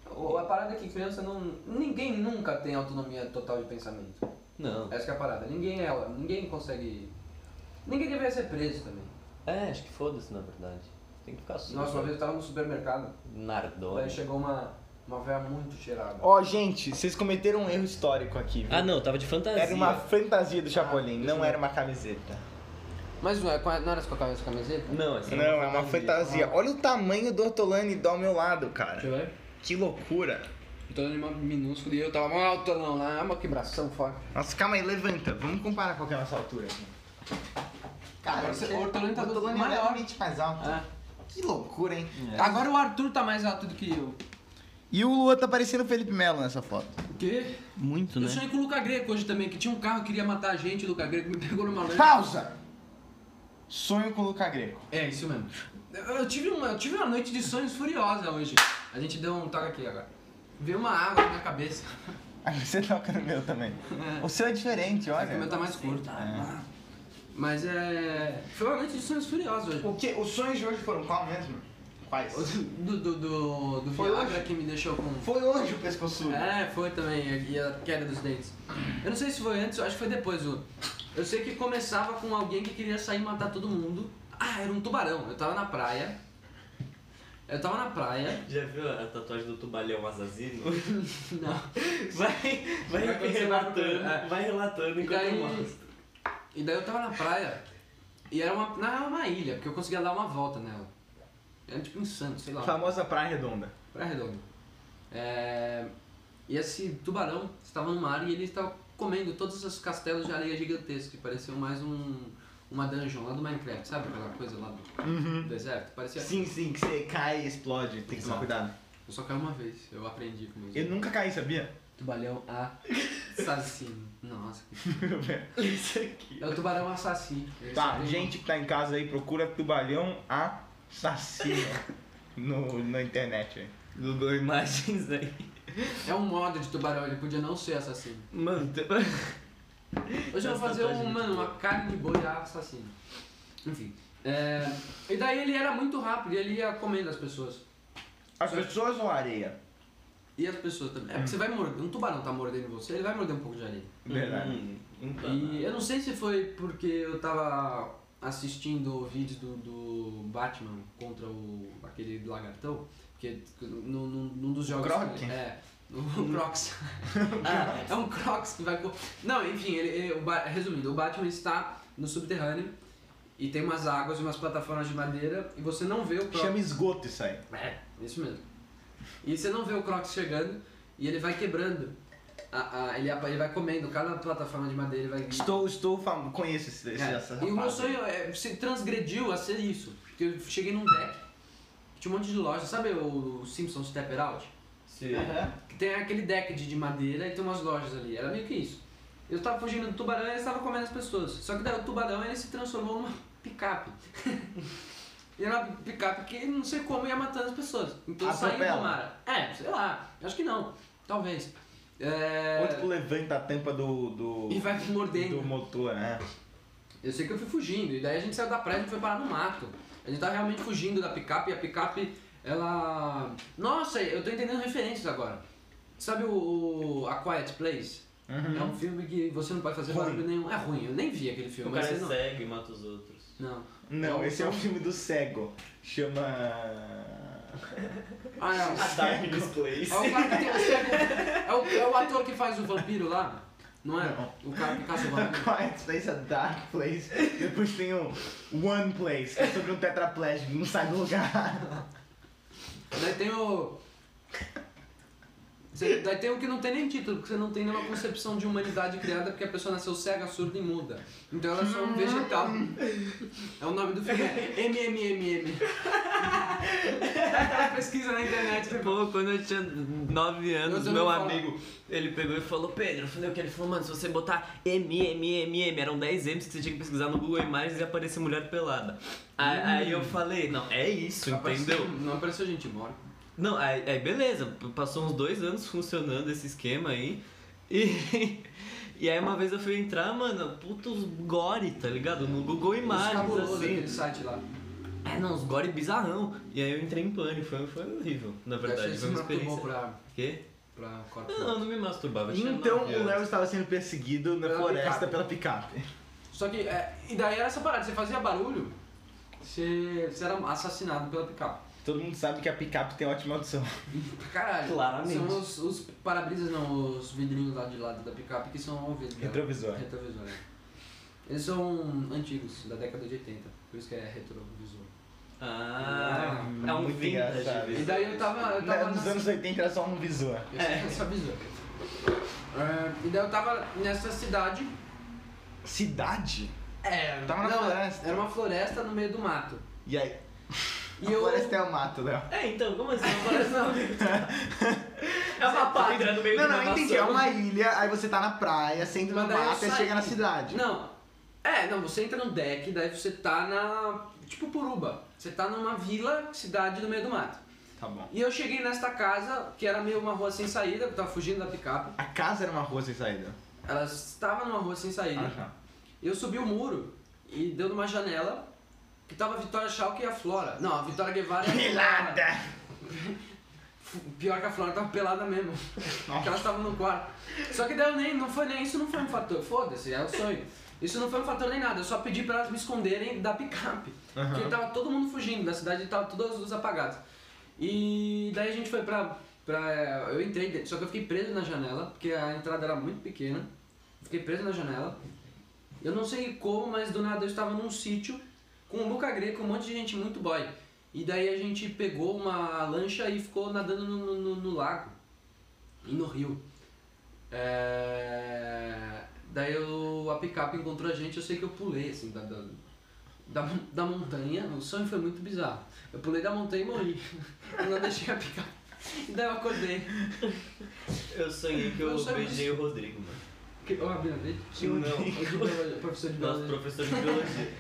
Ou A parada é que criança não. Ninguém nunca tem autonomia total de pensamento. Não. Essa que é a parada. Ninguém é ela, ninguém consegue. Ninguém deveria ser preso também. É, acho que foda-se, na verdade. Tem que ficar solto. Nossa, uma vez eu tava no supermercado, Nardone. daí chegou uma, uma véia muito cheirada. Ó, gente, vocês cometeram um erro histórico aqui, viu? Ah, não, tava de fantasia. Era uma fantasia do Chapolin, não era uma camiseta. Mas não, é, qual- não era com a camisa camiseta? Não, essa era Não, é uma fantasia. Olha o tamanho do Ortolani do ao meu lado, cara. ver. Que loucura. Todo animal minúsculo e eu tava um altão lá, uma quebração forte. Nossa, calma aí, levanta. Vamos comparar qual que é a nossa altura aqui. Cara, Você- você- o Ortolani tá o Ortolani maior. É. é levemente mais alto. Ah. Que loucura, hein? é? Agora o Arthur tá mais alto do que eu. E o Luan tá parecendo o Felipe Melo nessa foto. O quê? Muito, né? Eu sonhei com o Luca Greco hoje também, que tinha um carro que queria matar a gente, o Luca Greco me pegou numa lancha. Pausa! Sonho com o Luca Greco. É, isso mesmo. Eu eu tive, uma, eu tive uma noite de sonhos furiosa hoje. A gente deu um toque aqui agora. Veio uma água na minha cabeça. Aí você toca no meu também. O seu é diferente, O meu olha. tá mais curto. Mas é. Foi uma noite de sonhos furiosa hoje. O que? Os sonhos de hoje foram qual mesmo? Quais? Do, do, do, do Foi Viagra hoje? que me deixou com. Foi hoje o pescoçudo. É, foi também, e a queda dos dentes. Eu não sei se foi antes, eu acho que foi depois. o- Eu sei que começava com alguém que queria sair e matar todo mundo. Ah, era um tubarão. Eu tava na praia. Eu tava na praia. Já viu a tatuagem do tubalhão assassino? Não. Vai, vai, Vai acontecer relatando, uma coisa, é. vai relatando E enquanto daí- eu mostro. E daí eu tava na praia e era uma, não, era uma ilha, porque eu conseguia dar uma volta nela. Era tipo insano, sei lá. Famosa Praia Redonda. Praia Redonda. É, E esse tubarão estava no mar e ele estava comendo todos os castelos de areia gigantescos, que pareciam mais um, uma dungeon lá do Minecraft, sabe aquela coisa lá do Uhum. deserto? Parecia. Sim, sim, que você cai e explode. Tem que tomar Exato. cuidado. Eu só caí uma vez, eu aprendi com isso. Eu nunca caí, sabia? Tubarão assassino. Nossa, que- Isso aqui. é o tubarão assassino. Ele só Tá, tem gente que tá em casa aí, procura tubalhão assassino no, na internet. aí. Google Imagens aí. uma- É um modo de tubarão, ele podia não ser assassino. Mano, tu- Hoje eu vou Essa fazer um, tatuagem é mano, muito uma carne de boi assassino. Enfim. é, E daí ele era muito rápido e ele ia comendo as pessoas. As pessoas ou a areia? E as pessoas também. É porque você vai morder. Um tubarão tá mordendo você, ele vai morder um pouco de areia. Verdade. Hum, então, E eu não sei se foi porque eu tava assistindo vídeos do, do Batman contra o aquele lagartão, porque num, num, num dos jogos. Croc? que- É. O Crocs. Ah, é um Crocs que vai. co- Não, enfim, ele, ele- o Ba- resumindo, o Batman está no subterrâneo e tem umas águas e umas plataformas de madeira e você não vê o Crocs. Hum. Chama esgoto isso aí. É, isso mesmo. E você não vê o Crocs chegando e ele vai quebrando. A, a- ele, apa- ele vai comendo cada plataforma de madeira, ele vai. Estou, estou famoso. Conheço esse, esse, É, essa E o meu rapaz. sonho é, se transgrediu a ser isso. Porque eu cheguei num deck, tinha um monte de loja, sabe o Simpsons Stepper Out? se- Que tem aquele deck de, de madeira e tem umas lojas ali. Era meio que isso. Eu tava fugindo do tubarão e eles estavam comendo as pessoas. Só que daí o tubarão ele se transformou numa picape. e era uma picape que não sei como ia matando as pessoas. Então eu saí do Atropela. mar. É, sei lá. Acho que não. Talvez. É... Outro que levanta a tampa do. do E vai mordendo. do motor, né? Eu sei que eu fui fugindo, e daí a gente saiu da praia e a gente foi parar no mato. A gente tava realmente fugindo da picape, e a picape, ela... Nossa, eu tô entendendo referências agora. Sabe o, o A Quiet Place? É um filme que você não pode fazer Uhum. Ruim. barulho nenhum. É ruim, eu nem vi aquele filme. o cara é mas você segue e mata os outros. não... não. Não, É um esse é um filme- filme do cego. Chama. Ah, não. Dark Displays. É o cara que tem o cego... É o, é o ator que faz o vampiro lá, não é? O cara que caça o A vampiro. Quiet Place, a Dark Place. Depois tem o One Place, que é sobre um tetraplégico, não sai do lugar. Daí tem o... Você- daí tem o que não tem nem título, porque você não tem nenhuma concepção de humanidade criada porque a pessoa nasceu cega, surda e muda. Então ela é só um vegetal. É o nome do filme. É MMMM. Ela pesquisa Tá na internet. tipo, Pô, quando eu tinha 9 Eu anos, também meu falo. amigo, ele pegou e falou, Pedro, eu falei o que? Ele falou, mano, se você botar M, M, M, M, eram 10 M's que você tinha que pesquisar no Google Imagens e aparecer mulher pelada. Aí, Hum. aí eu falei, não, é isso, apareceu- entendeu? Não apareceu gente mora. Não, aí, aí beleza, p- passou uns dois anos funcionando esse esquema aí. E, e aí uma vez eu fui entrar, mano, putos gore, tá ligado? No Google Imagens, Escabuloso assim. aquele site lá. É, não, uns gore bizarrão. E aí eu entrei em pânico, foi, foi horrível, na verdade. Deve ser Foi uma muito bom experiência. pra, Quê? pra corpo. Eu Não, eu não me masturbava. eu tinha Então nove o Léo anos. estava sendo perseguido na Pela floresta picape. pela picape. Só que, é, e daí era essa parada, você fazia barulho, você, você era assassinado pela picape. Todo mundo sabe que a picape tem ótima audição. Caralho, Claramente. são os, os para-brisas, não, os vidrinhos lá de lado da picape que são ouvidos. Retrovisor. Retrovisor, é. Eles são antigos, da década de 80, por isso que é retrovisor. Ah, Ah, é um muito vintage. engraçado. E daí eu tava. Eu tava Nos nessa- é né, anos 80 era só um visor. Eu só avisou. É, e daí eu tava nessa cidade. Cidade? É, Tava na floresta. Era uma floresta no meio do mato. E aí? E a eu. floresta é o mato, Léo. É, então, como assim? Não parece não. É uma pátria no meio Não, de uma não, entendi. É maçã. uma ilha, aí você tá na praia, você entra no tá Mas daí eu mato e saí. chega na cidade. Não. É, não, você entra no deck, daí você tá na. Tipo Puruba. Você tá numa vila, cidade no meio do mato. Tá bom. E eu cheguei nesta casa, que era meio uma rua sem saída, eu tava fugindo da picape. A casa era uma rua sem saída. Ela estava numa rua sem saída. Ah, tá. Eu subi o muro e deu numa janela que tava a Vitória Schalke e a Flora. Não, a Vitória Guevara. e a Pelada! F- Pior é que a Flora tava pelada mesmo. Porque elas estavam no quarto. Só que daí eu nem. Não foi nem. Isso não foi um fator. Foda-se, é o sonho. Isso não foi um fator nem nada. Eu só pedi pra elas me esconderem da picape. Porque tava todo mundo fugindo da cidade e tava todas as luzes apagadas. E daí a gente foi pra. pra eu entrei, dentro, só que eu fiquei preso na janela, porque a entrada era muito pequena. Fiquei preso na janela. Eu não sei como, mas do nada eu estava num sítio com o Luca Greco, um monte de gente muito boy. E daí a gente pegou uma lancha e ficou nadando no, no- no- no lago e no rio. É... Daí eu, a picape encontrou a gente, eu sei que eu pulei assim da, da, da, mon- da montanha, o sonho foi muito bizarro. Eu pulei da montanha e morri. Eu não deixei a picape. E daí eu acordei. Eu sonhei que eu, Eu sonhei- beijei o Rodrigo, mano. Que, oh, abriu a dele? Não, Eu de biologia, professor de nosso biologia. professor de biologia.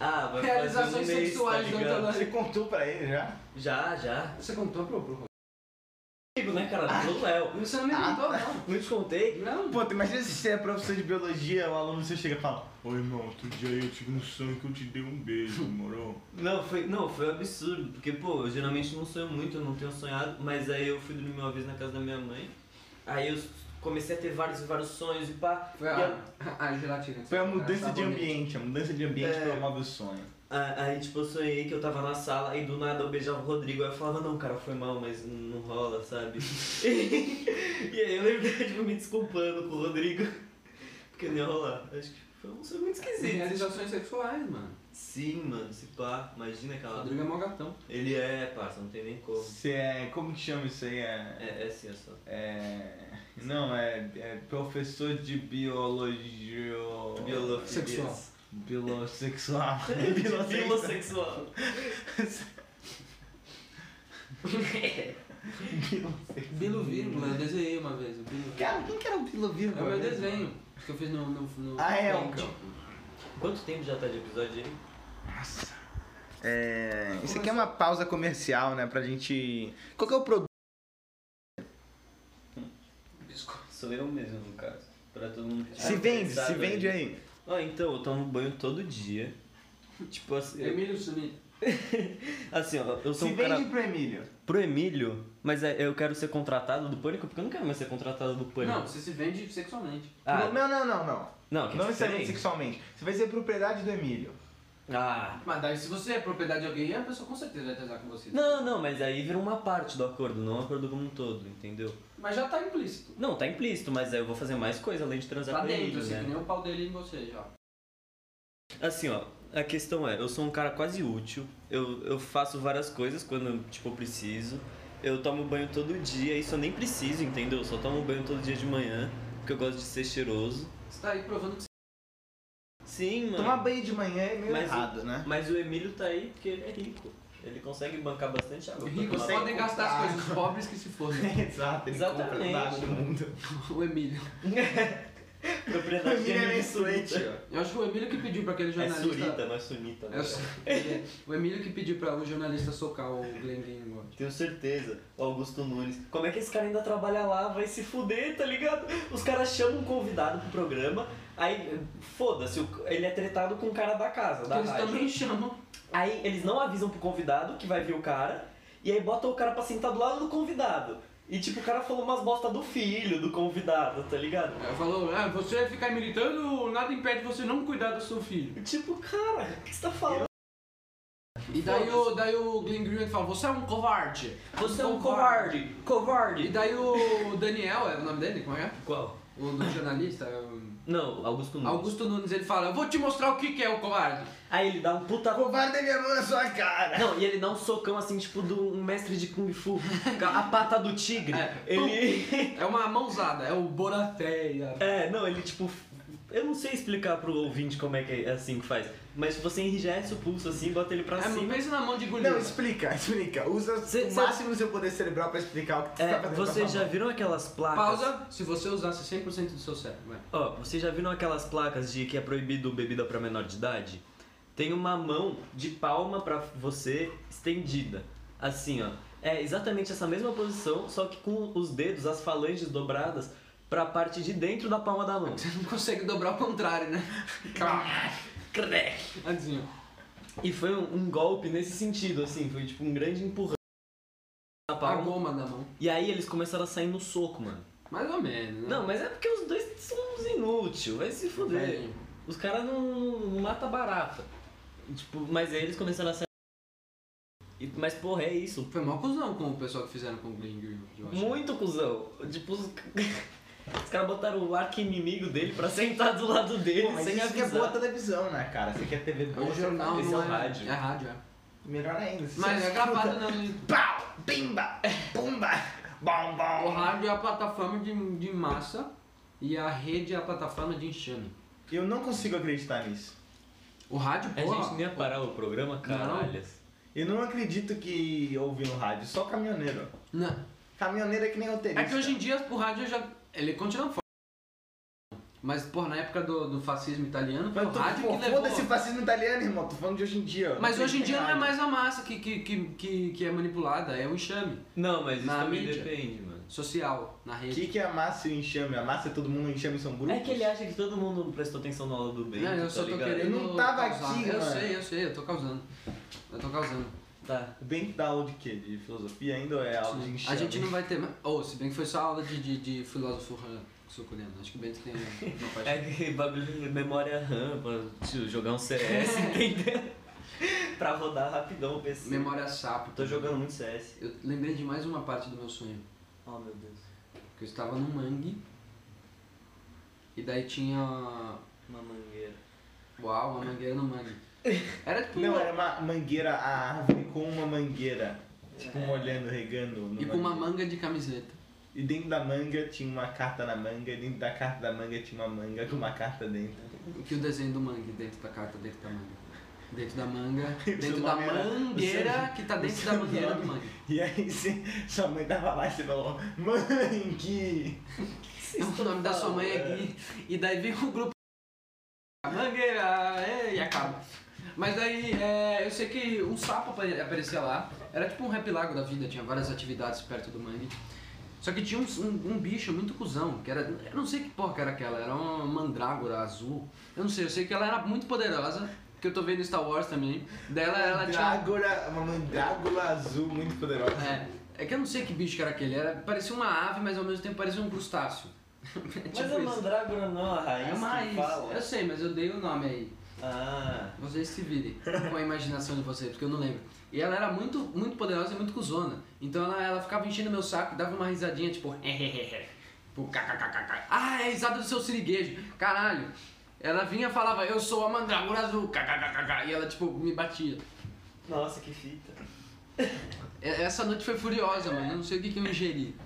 ah, vai fazer um Realizações mês, sexuais tá do ligado? Antônio. Você contou pra ele já? Já, já. Você contou pro pro- Rodrigo, né, cara? Do Léo. Você não me contou, não. Não te contei? Não. Pô, tu imagina se você é professor de biologia, o aluno você chega e fala Ô irmão, outro dia eu tive um sonho que eu te dei um beijo, moro? Não, foi, não, foi um absurdo. Porque, pô, eu geralmente não sonho muito, eu não tenho sonhado. Mas aí eu fui dormir uma vez na casa da minha mãe. Aí eu comecei a ter vários e vários sonhos e pá. Foi E a, eu- a gelatina. Foi a mudança de Sabonete. ambiente, a mudança de ambiente É. promove o sonho. a- Aí, tipo, eu sonhei que eu tava na sala e do nada eu beijava o Rodrigo. Aí eu falava, não, cara, foi mal, mas não rola, sabe? e aí eu lembrei, tipo, me desculpando com o Rodrigo. Porque não ia rolar. Acho que foi um sonho muito esquisito. Realizações sexuais, mano. Sim, mano, se pá, imagina O aquela. Rodrigo é mó gatão. um Ele é, parça, não tem nem como. Você é. Como que chama isso aí? É. É, é assim, é só. é- não, é, é professor de biologia. Biolo- Sexual. Biolossexual. Biolossexual. Bilossexual. Bilo vírgula, eu desenhei uma vez. O Bilo Cara, quem que era o É bilovírgula? o meu mesmo? desenho que eu fiz no. no, no Ah, é, Paint. Quanto tempo já tá de episódio aí? Nossa. É, isso aqui é uma pausa comercial, né? Pra gente. Qual que é o produto? Sou eu mesmo, no caso. Pra todo mundo que Se tá vende, se interessado vende aí. Ó, então, eu tomo banho todo dia. Tipo assim. eu- Emílio Sumi. Assim, ó, eu sou Se um cara. vende pro Emílio. Pro Emílio, mas é- eu quero ser contratado do pânico porque eu não quero mais ser contratado do pânico. Não, você se vende sexualmente. Ah, Não, não, não, não, não. não, que é Não diferente. necessariamente sexualmente. Você vai ser propriedade do Emílio. Ah. Mas daí, se você é propriedade de alguém, a pessoa com certeza vai transar com você. Não, não, mas aí vira uma parte do acordo, não o acordo como um todo, entendeu? Mas já tá implícito. Não, tá implícito, mas aí eu vou fazer mais coisa além de transar Tá com dentro, Emílio, assim, né? que nem o pau dele em você já. Assim, ó, a questão é, eu sou um cara quase útil, eu, eu faço várias coisas quando, tipo, eu preciso. Eu tomo banho todo dia, isso eu nem preciso, entendeu? Eu só tomo banho todo dia de manhã, porque eu gosto de ser cheiroso. Você tá aí provando que você. Sim, mano. Tomar banho de manhã é meio Mas- errado, né? Mas o Emílio tá aí porque ele é rico. Ele consegue bancar bastante água. pra Ricos tomar podem comprar. gastar as coisas, os pobres que se fodam. Exato, ele compra Exatamente. embaixo do mundo. o Emílio. O Propriedade Emílio é meio sunita. influente, ó. Eu acho que o Emílio que pediu pra aquele É jornalista. surita, não é sunita. Eu sou- ele- o Emílio que pediu pra um jornalista socar o Glenn Greenwald. Tenho certeza, o Augusto Nunes. Como é que esse cara ainda trabalha lá? Vai se fuder, tá ligado? Os caras chamam um convidado pro programa, aí foda-se, o- ele é tretado com o cara da casa, da Eles rádio. também chamam. Aí eles não avisam pro convidado que vai vir o cara, e aí botam o cara pra sentar do lado do convidado. E tipo, o cara falou umas bosta do filho do convidado, tá ligado? Ela Falou, ah, você ficar militando, nada impede você não cuidar do seu filho. Tipo, cara, o que você tá falando? E daí o, daí o Glenn Greenwald fala, você é um covarde. Você é um covarde! E Covarde! daí o Daniel, é o nome dele? Como é? Qual? O do jornalista, é o- Não, Augusto Nunes. Augusto Nunes, ele fala, eu vou te mostrar o que, que é o covarde. Aí ele dá um puta. Covarde é minha mão na sua cara! Não, e ele dá um socão assim, tipo, de um mestre de Kung Fu. A pata do tigre. É. Ele. É uma mãozada, é o Borateia. É, não, ele tipo. Eu não sei explicar pro ouvinte como é que é assim que faz, mas você enrijece o pulso assim, bota ele pra É, cima. pensa na mão de Golias. Não, explica, explica. Usa Cê- o cê- máximo do seu poder cerebral pra explicar o que você tá É, fazendo. vocês pra já viram aquelas placas? Pausa, se você usasse 100% do seu cérebro, vai. Ó, vocês já viram aquelas placas de que é proibido bebida pra menor de idade? Tem uma mão de palma pra você estendida. Assim, ó. É exatamente essa mesma posição, só que com os dedos, as falanges dobradas pra parte de dentro da palma da mão. Você não consegue dobrar ao contrário, né? Calma. Crec! Assim, ó. E foi um, um golpe nesse sentido, assim, foi tipo um grande empurrão na A palma. goma da mão. E aí eles começaram a sair no soco, mano. Mais ou menos, né? Não, mas é porque os dois são uns inúteis, vai se fuder. Velhinho. Os caras não, não mata barata. E, Tipo, mas aí eles começaram a sair. E- Mas porra, é isso. Foi mal cuzão com o pessoal que fizeram com o Glenn Greenwald, eu acho. Muito cuzão. Tipo, os, os caras botaram o arqui-inimigo dele pra sentar do lado dele Pô, mas sem isso que é avisar. boa televisão, né, cara? Você quer TV É boa, o você jornal, faz esse é não o é... rádio. É rádio, é. isso. Melhor ainda. Você Mas é escuta. gravado, né? Pau! Bimba! Pumba! O Bom, bom! rádio é a plataforma de, de massa e a rede é a plataforma de enxame. Eu não consigo acreditar nisso. O rádio, A pô, É gente né? nem ia parar o programa, caralhas. Eu não acredito que ouvi no rádio, só caminhoneiro. não. Caminhoneiro é que nem roteirista. É que hoje em dia o rádio já... Ele continua forte. Mas, pô, na época do, do fascismo italiano, foi o Mas tu, rádio pô, que levou... foda-se fascismo italiano, irmão. Tô falando de hoje em dia. Mas hoje em tem dia não é rádio. mais a massa que, que, que, que, que é manipulada, é o enxame Não, mas isso Na também mídia. depende, mano. social na O rede. que, que é a massa e o enxame? A massa é todo mundo, o enxame são grupos? É que ele acha que todo mundo prestou atenção na aula do bem. Não, eu tá só tô ligado? querendo. Eu não tava causar. aqui, Eu mano. sei, eu sei, eu tô causando. Eu tô causando. Tá. Bem que dá aula de quê? De filosofia ainda ou é aula de A enxame? gente não vai ter mais. Ou, se bem que foi só aula de, de, de filósofo Han, sul-coreano. Acho que o Bento tem uma parte. É que bagulho de memória RAM pra tio, jogar um CS, entendeu? pra rodar rapidão o PC. Memória sapo. Tô jogando muito CS. Eu lembrei de mais uma parte do meu sonho. Oh meu Deus. Que eu estava num mangue. E daí tinha. Uma mangueira. Uau, uma mangueira no mangue. Era tipo. Não, uma- era uma mangueira, a árvore com uma mangueira. Tipo, molhando, regando. É. no E com tipo uma mangueiro. manga de camiseta. E dentro da manga tinha uma carta na manga, e dentro da carta da manga tinha uma manga com uma carta É, É dentro. tipo Que o desenho do mangue dentro da carta, dentro da manga. Dentro da manga. Dentro Seu da nome era- mangueira que tá o dentro seu da mangueira do nome. mangue. E aí você, sua mãe tava lá e você falou, mãe, que... É o nome da sua mãe é Gui. E daí vem o grupo. Mangueira! é, E acaba. Mas daí, é, eu sei que um sapo apare- aparecia lá. Era tipo um rap lago da vida, tinha várias atividades perto do mangue. Só que tinha um, um- um bicho muito cuzão, que era. Eu não sei que porra que era aquela, era uma mandrágora azul. Eu não sei, eu sei que ela era muito poderosa, que eu tô vendo Star Wars também. Daí ela, ela tinha. Mandrágora, uma mandrágora azul muito poderosa. É, é que eu não sei que bicho que era aquele, era, parecia uma ave, mas ao mesmo tempo parecia um crustáceo. Mas Tipo a isso. mandrágora não, a raiz É uma que raiz. fala. Eu sei, mas eu dei o nome aí. Ah. Vocês se virem com a imaginação de vocês, porque eu não lembro. E ela era muito, muito poderosa e muito cuzona. Então ela, ela ficava enchendo meu saco e dava uma risadinha, tipo... tipo, kkkk. Ah, é a risada do seu siriguejo. Caralho. Ela vinha e falava, eu sou a mandrágora azul. kkkk. E ela, tipo, me batia. Nossa, que fita. E- Essa noite foi furiosa, mano. Eu não sei o que, que eu ingeri.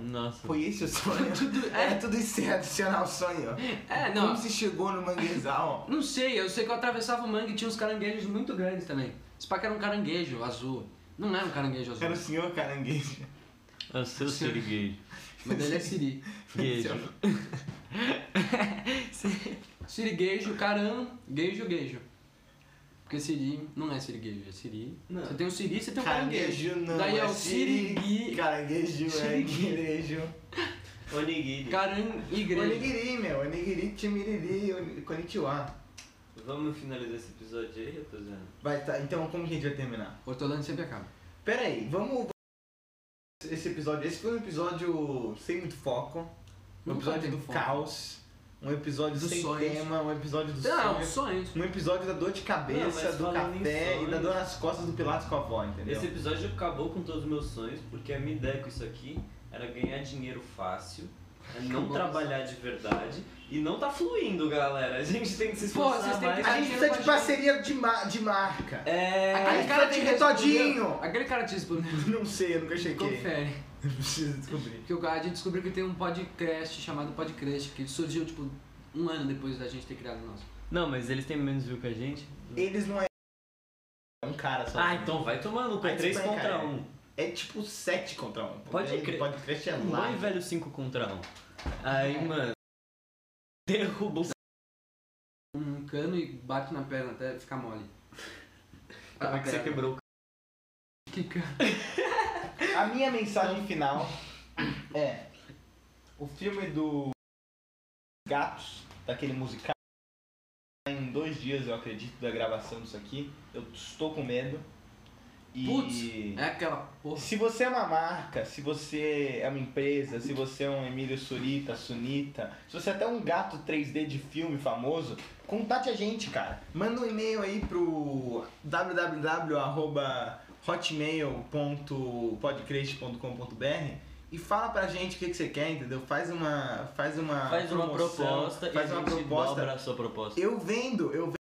Nossa. Foi esse o sonho? Tudo- é. tudo isso é adicionar o sonho. É, não. Como se chegou no manguezal? Não sei, eu sei que eu atravessava o mangue e tinha uns caranguejos muito grandes também. Esse paca era um caranguejo azul. Não era um caranguejo azul. Era o senhor caranguejo. É o seu siriguejo. Mas ele é siri. Queijo. Então, Siriguejo, caranguejo, guejo. Porque siri não é siriguejo, é siri. Não. Você tem o siri, você tem um o caranguejo. não. Daí é o siri- sirigui, Caranguejo é Sirigui. guirejo. Onigiri. caranguejo. Onigiri, meu. Onigiri, timiriri, oni- konnichiwa. Vamos finalizar esse episódio aí, rapaziada? Vai, tá. Então, como que a gente vai terminar? Hortolândia sempre acaba. Pera aí, vamos... Esse episódio... Esse foi um episódio sem muito foco. Um Nunca episódio tem do foco. caos. Um episódio Dos sem sonhos. tema. Um episódio dos Não, sonhos. sonhos. Um episódio da dor de Não, mas cabeça, do falando em café e sonhos- da dor nas costas do Pilatos com a avó, entendeu? Esse episódio acabou com todos os meus sonhos, porque a minha ideia com isso aqui era ganhar dinheiro fácil é não trabalhar de verdade e não tá fluindo, galera. A gente tem que se Porra, esforçar vocês têm que mais. A gente precisa de parceria de, ma- de marca. É... Aquele cara te retodinho. Aquele cara te respondeu. Não sei, eu nunca chequei. Confere. Preciso descobrir. Porque o cara- a gente descobriu que tem um podcast chamado Podcast, que surgiu, tipo, um ano depois da gente ter criado o nosso. Não, mas eles têm menos view que a gente. Eles não é. É um cara só. Ah, então vai tomar no cu. Aí É 3 despenca, contra é. 1. É tipo 7 contra 1. Pode crer. Pode crer, é Um bom e live. velho 5 contra 1. Aí, mano. Derruba o Um cano e bate na perna até ficar mole. Como é que você Perna. quebrou o Que cano? A minha mensagem final é o filme do Gatos, daquele musical. Tá Em dois dias, eu acredito, da gravação disso aqui. Eu estou com medo. E Putz, é aquela porra. se você é uma marca, se você é uma empresa, se você é um Emílio Surita, Sunita, se você é até um gato 3D de filme famoso, contate a gente, cara. Manda um e-mail aí pro www.hotmail.podcreste.com.br e fala pra gente o que, que você quer, entendeu? Faz uma faz uma Faz uma promoção, proposta faz e uma a gente proposta dobra a sua proposta. eu vendo, eu vendo.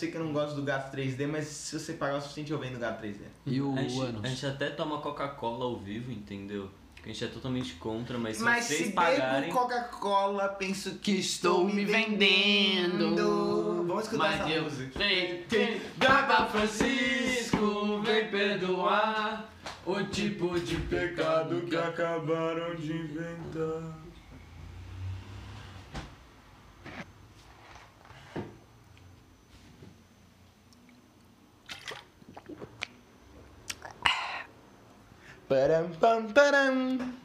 Sei que eu não gosto do gato 3D, mas se você pagar o suficiente, eu vendo o gato 3D. E o a, gente, ânus? a gente até toma Coca-Cola ao vivo, entendeu? Que a gente é totalmente contra, mas se Mas vocês se pagarem... bebo Coca-Cola, penso que estou estou me me vendendo. vendendo. Vamos escutar Mas essa eu música. sei que Papa Francisco vem perdoar o tipo de pecado que a acabaram de inventar. Param, pam, param.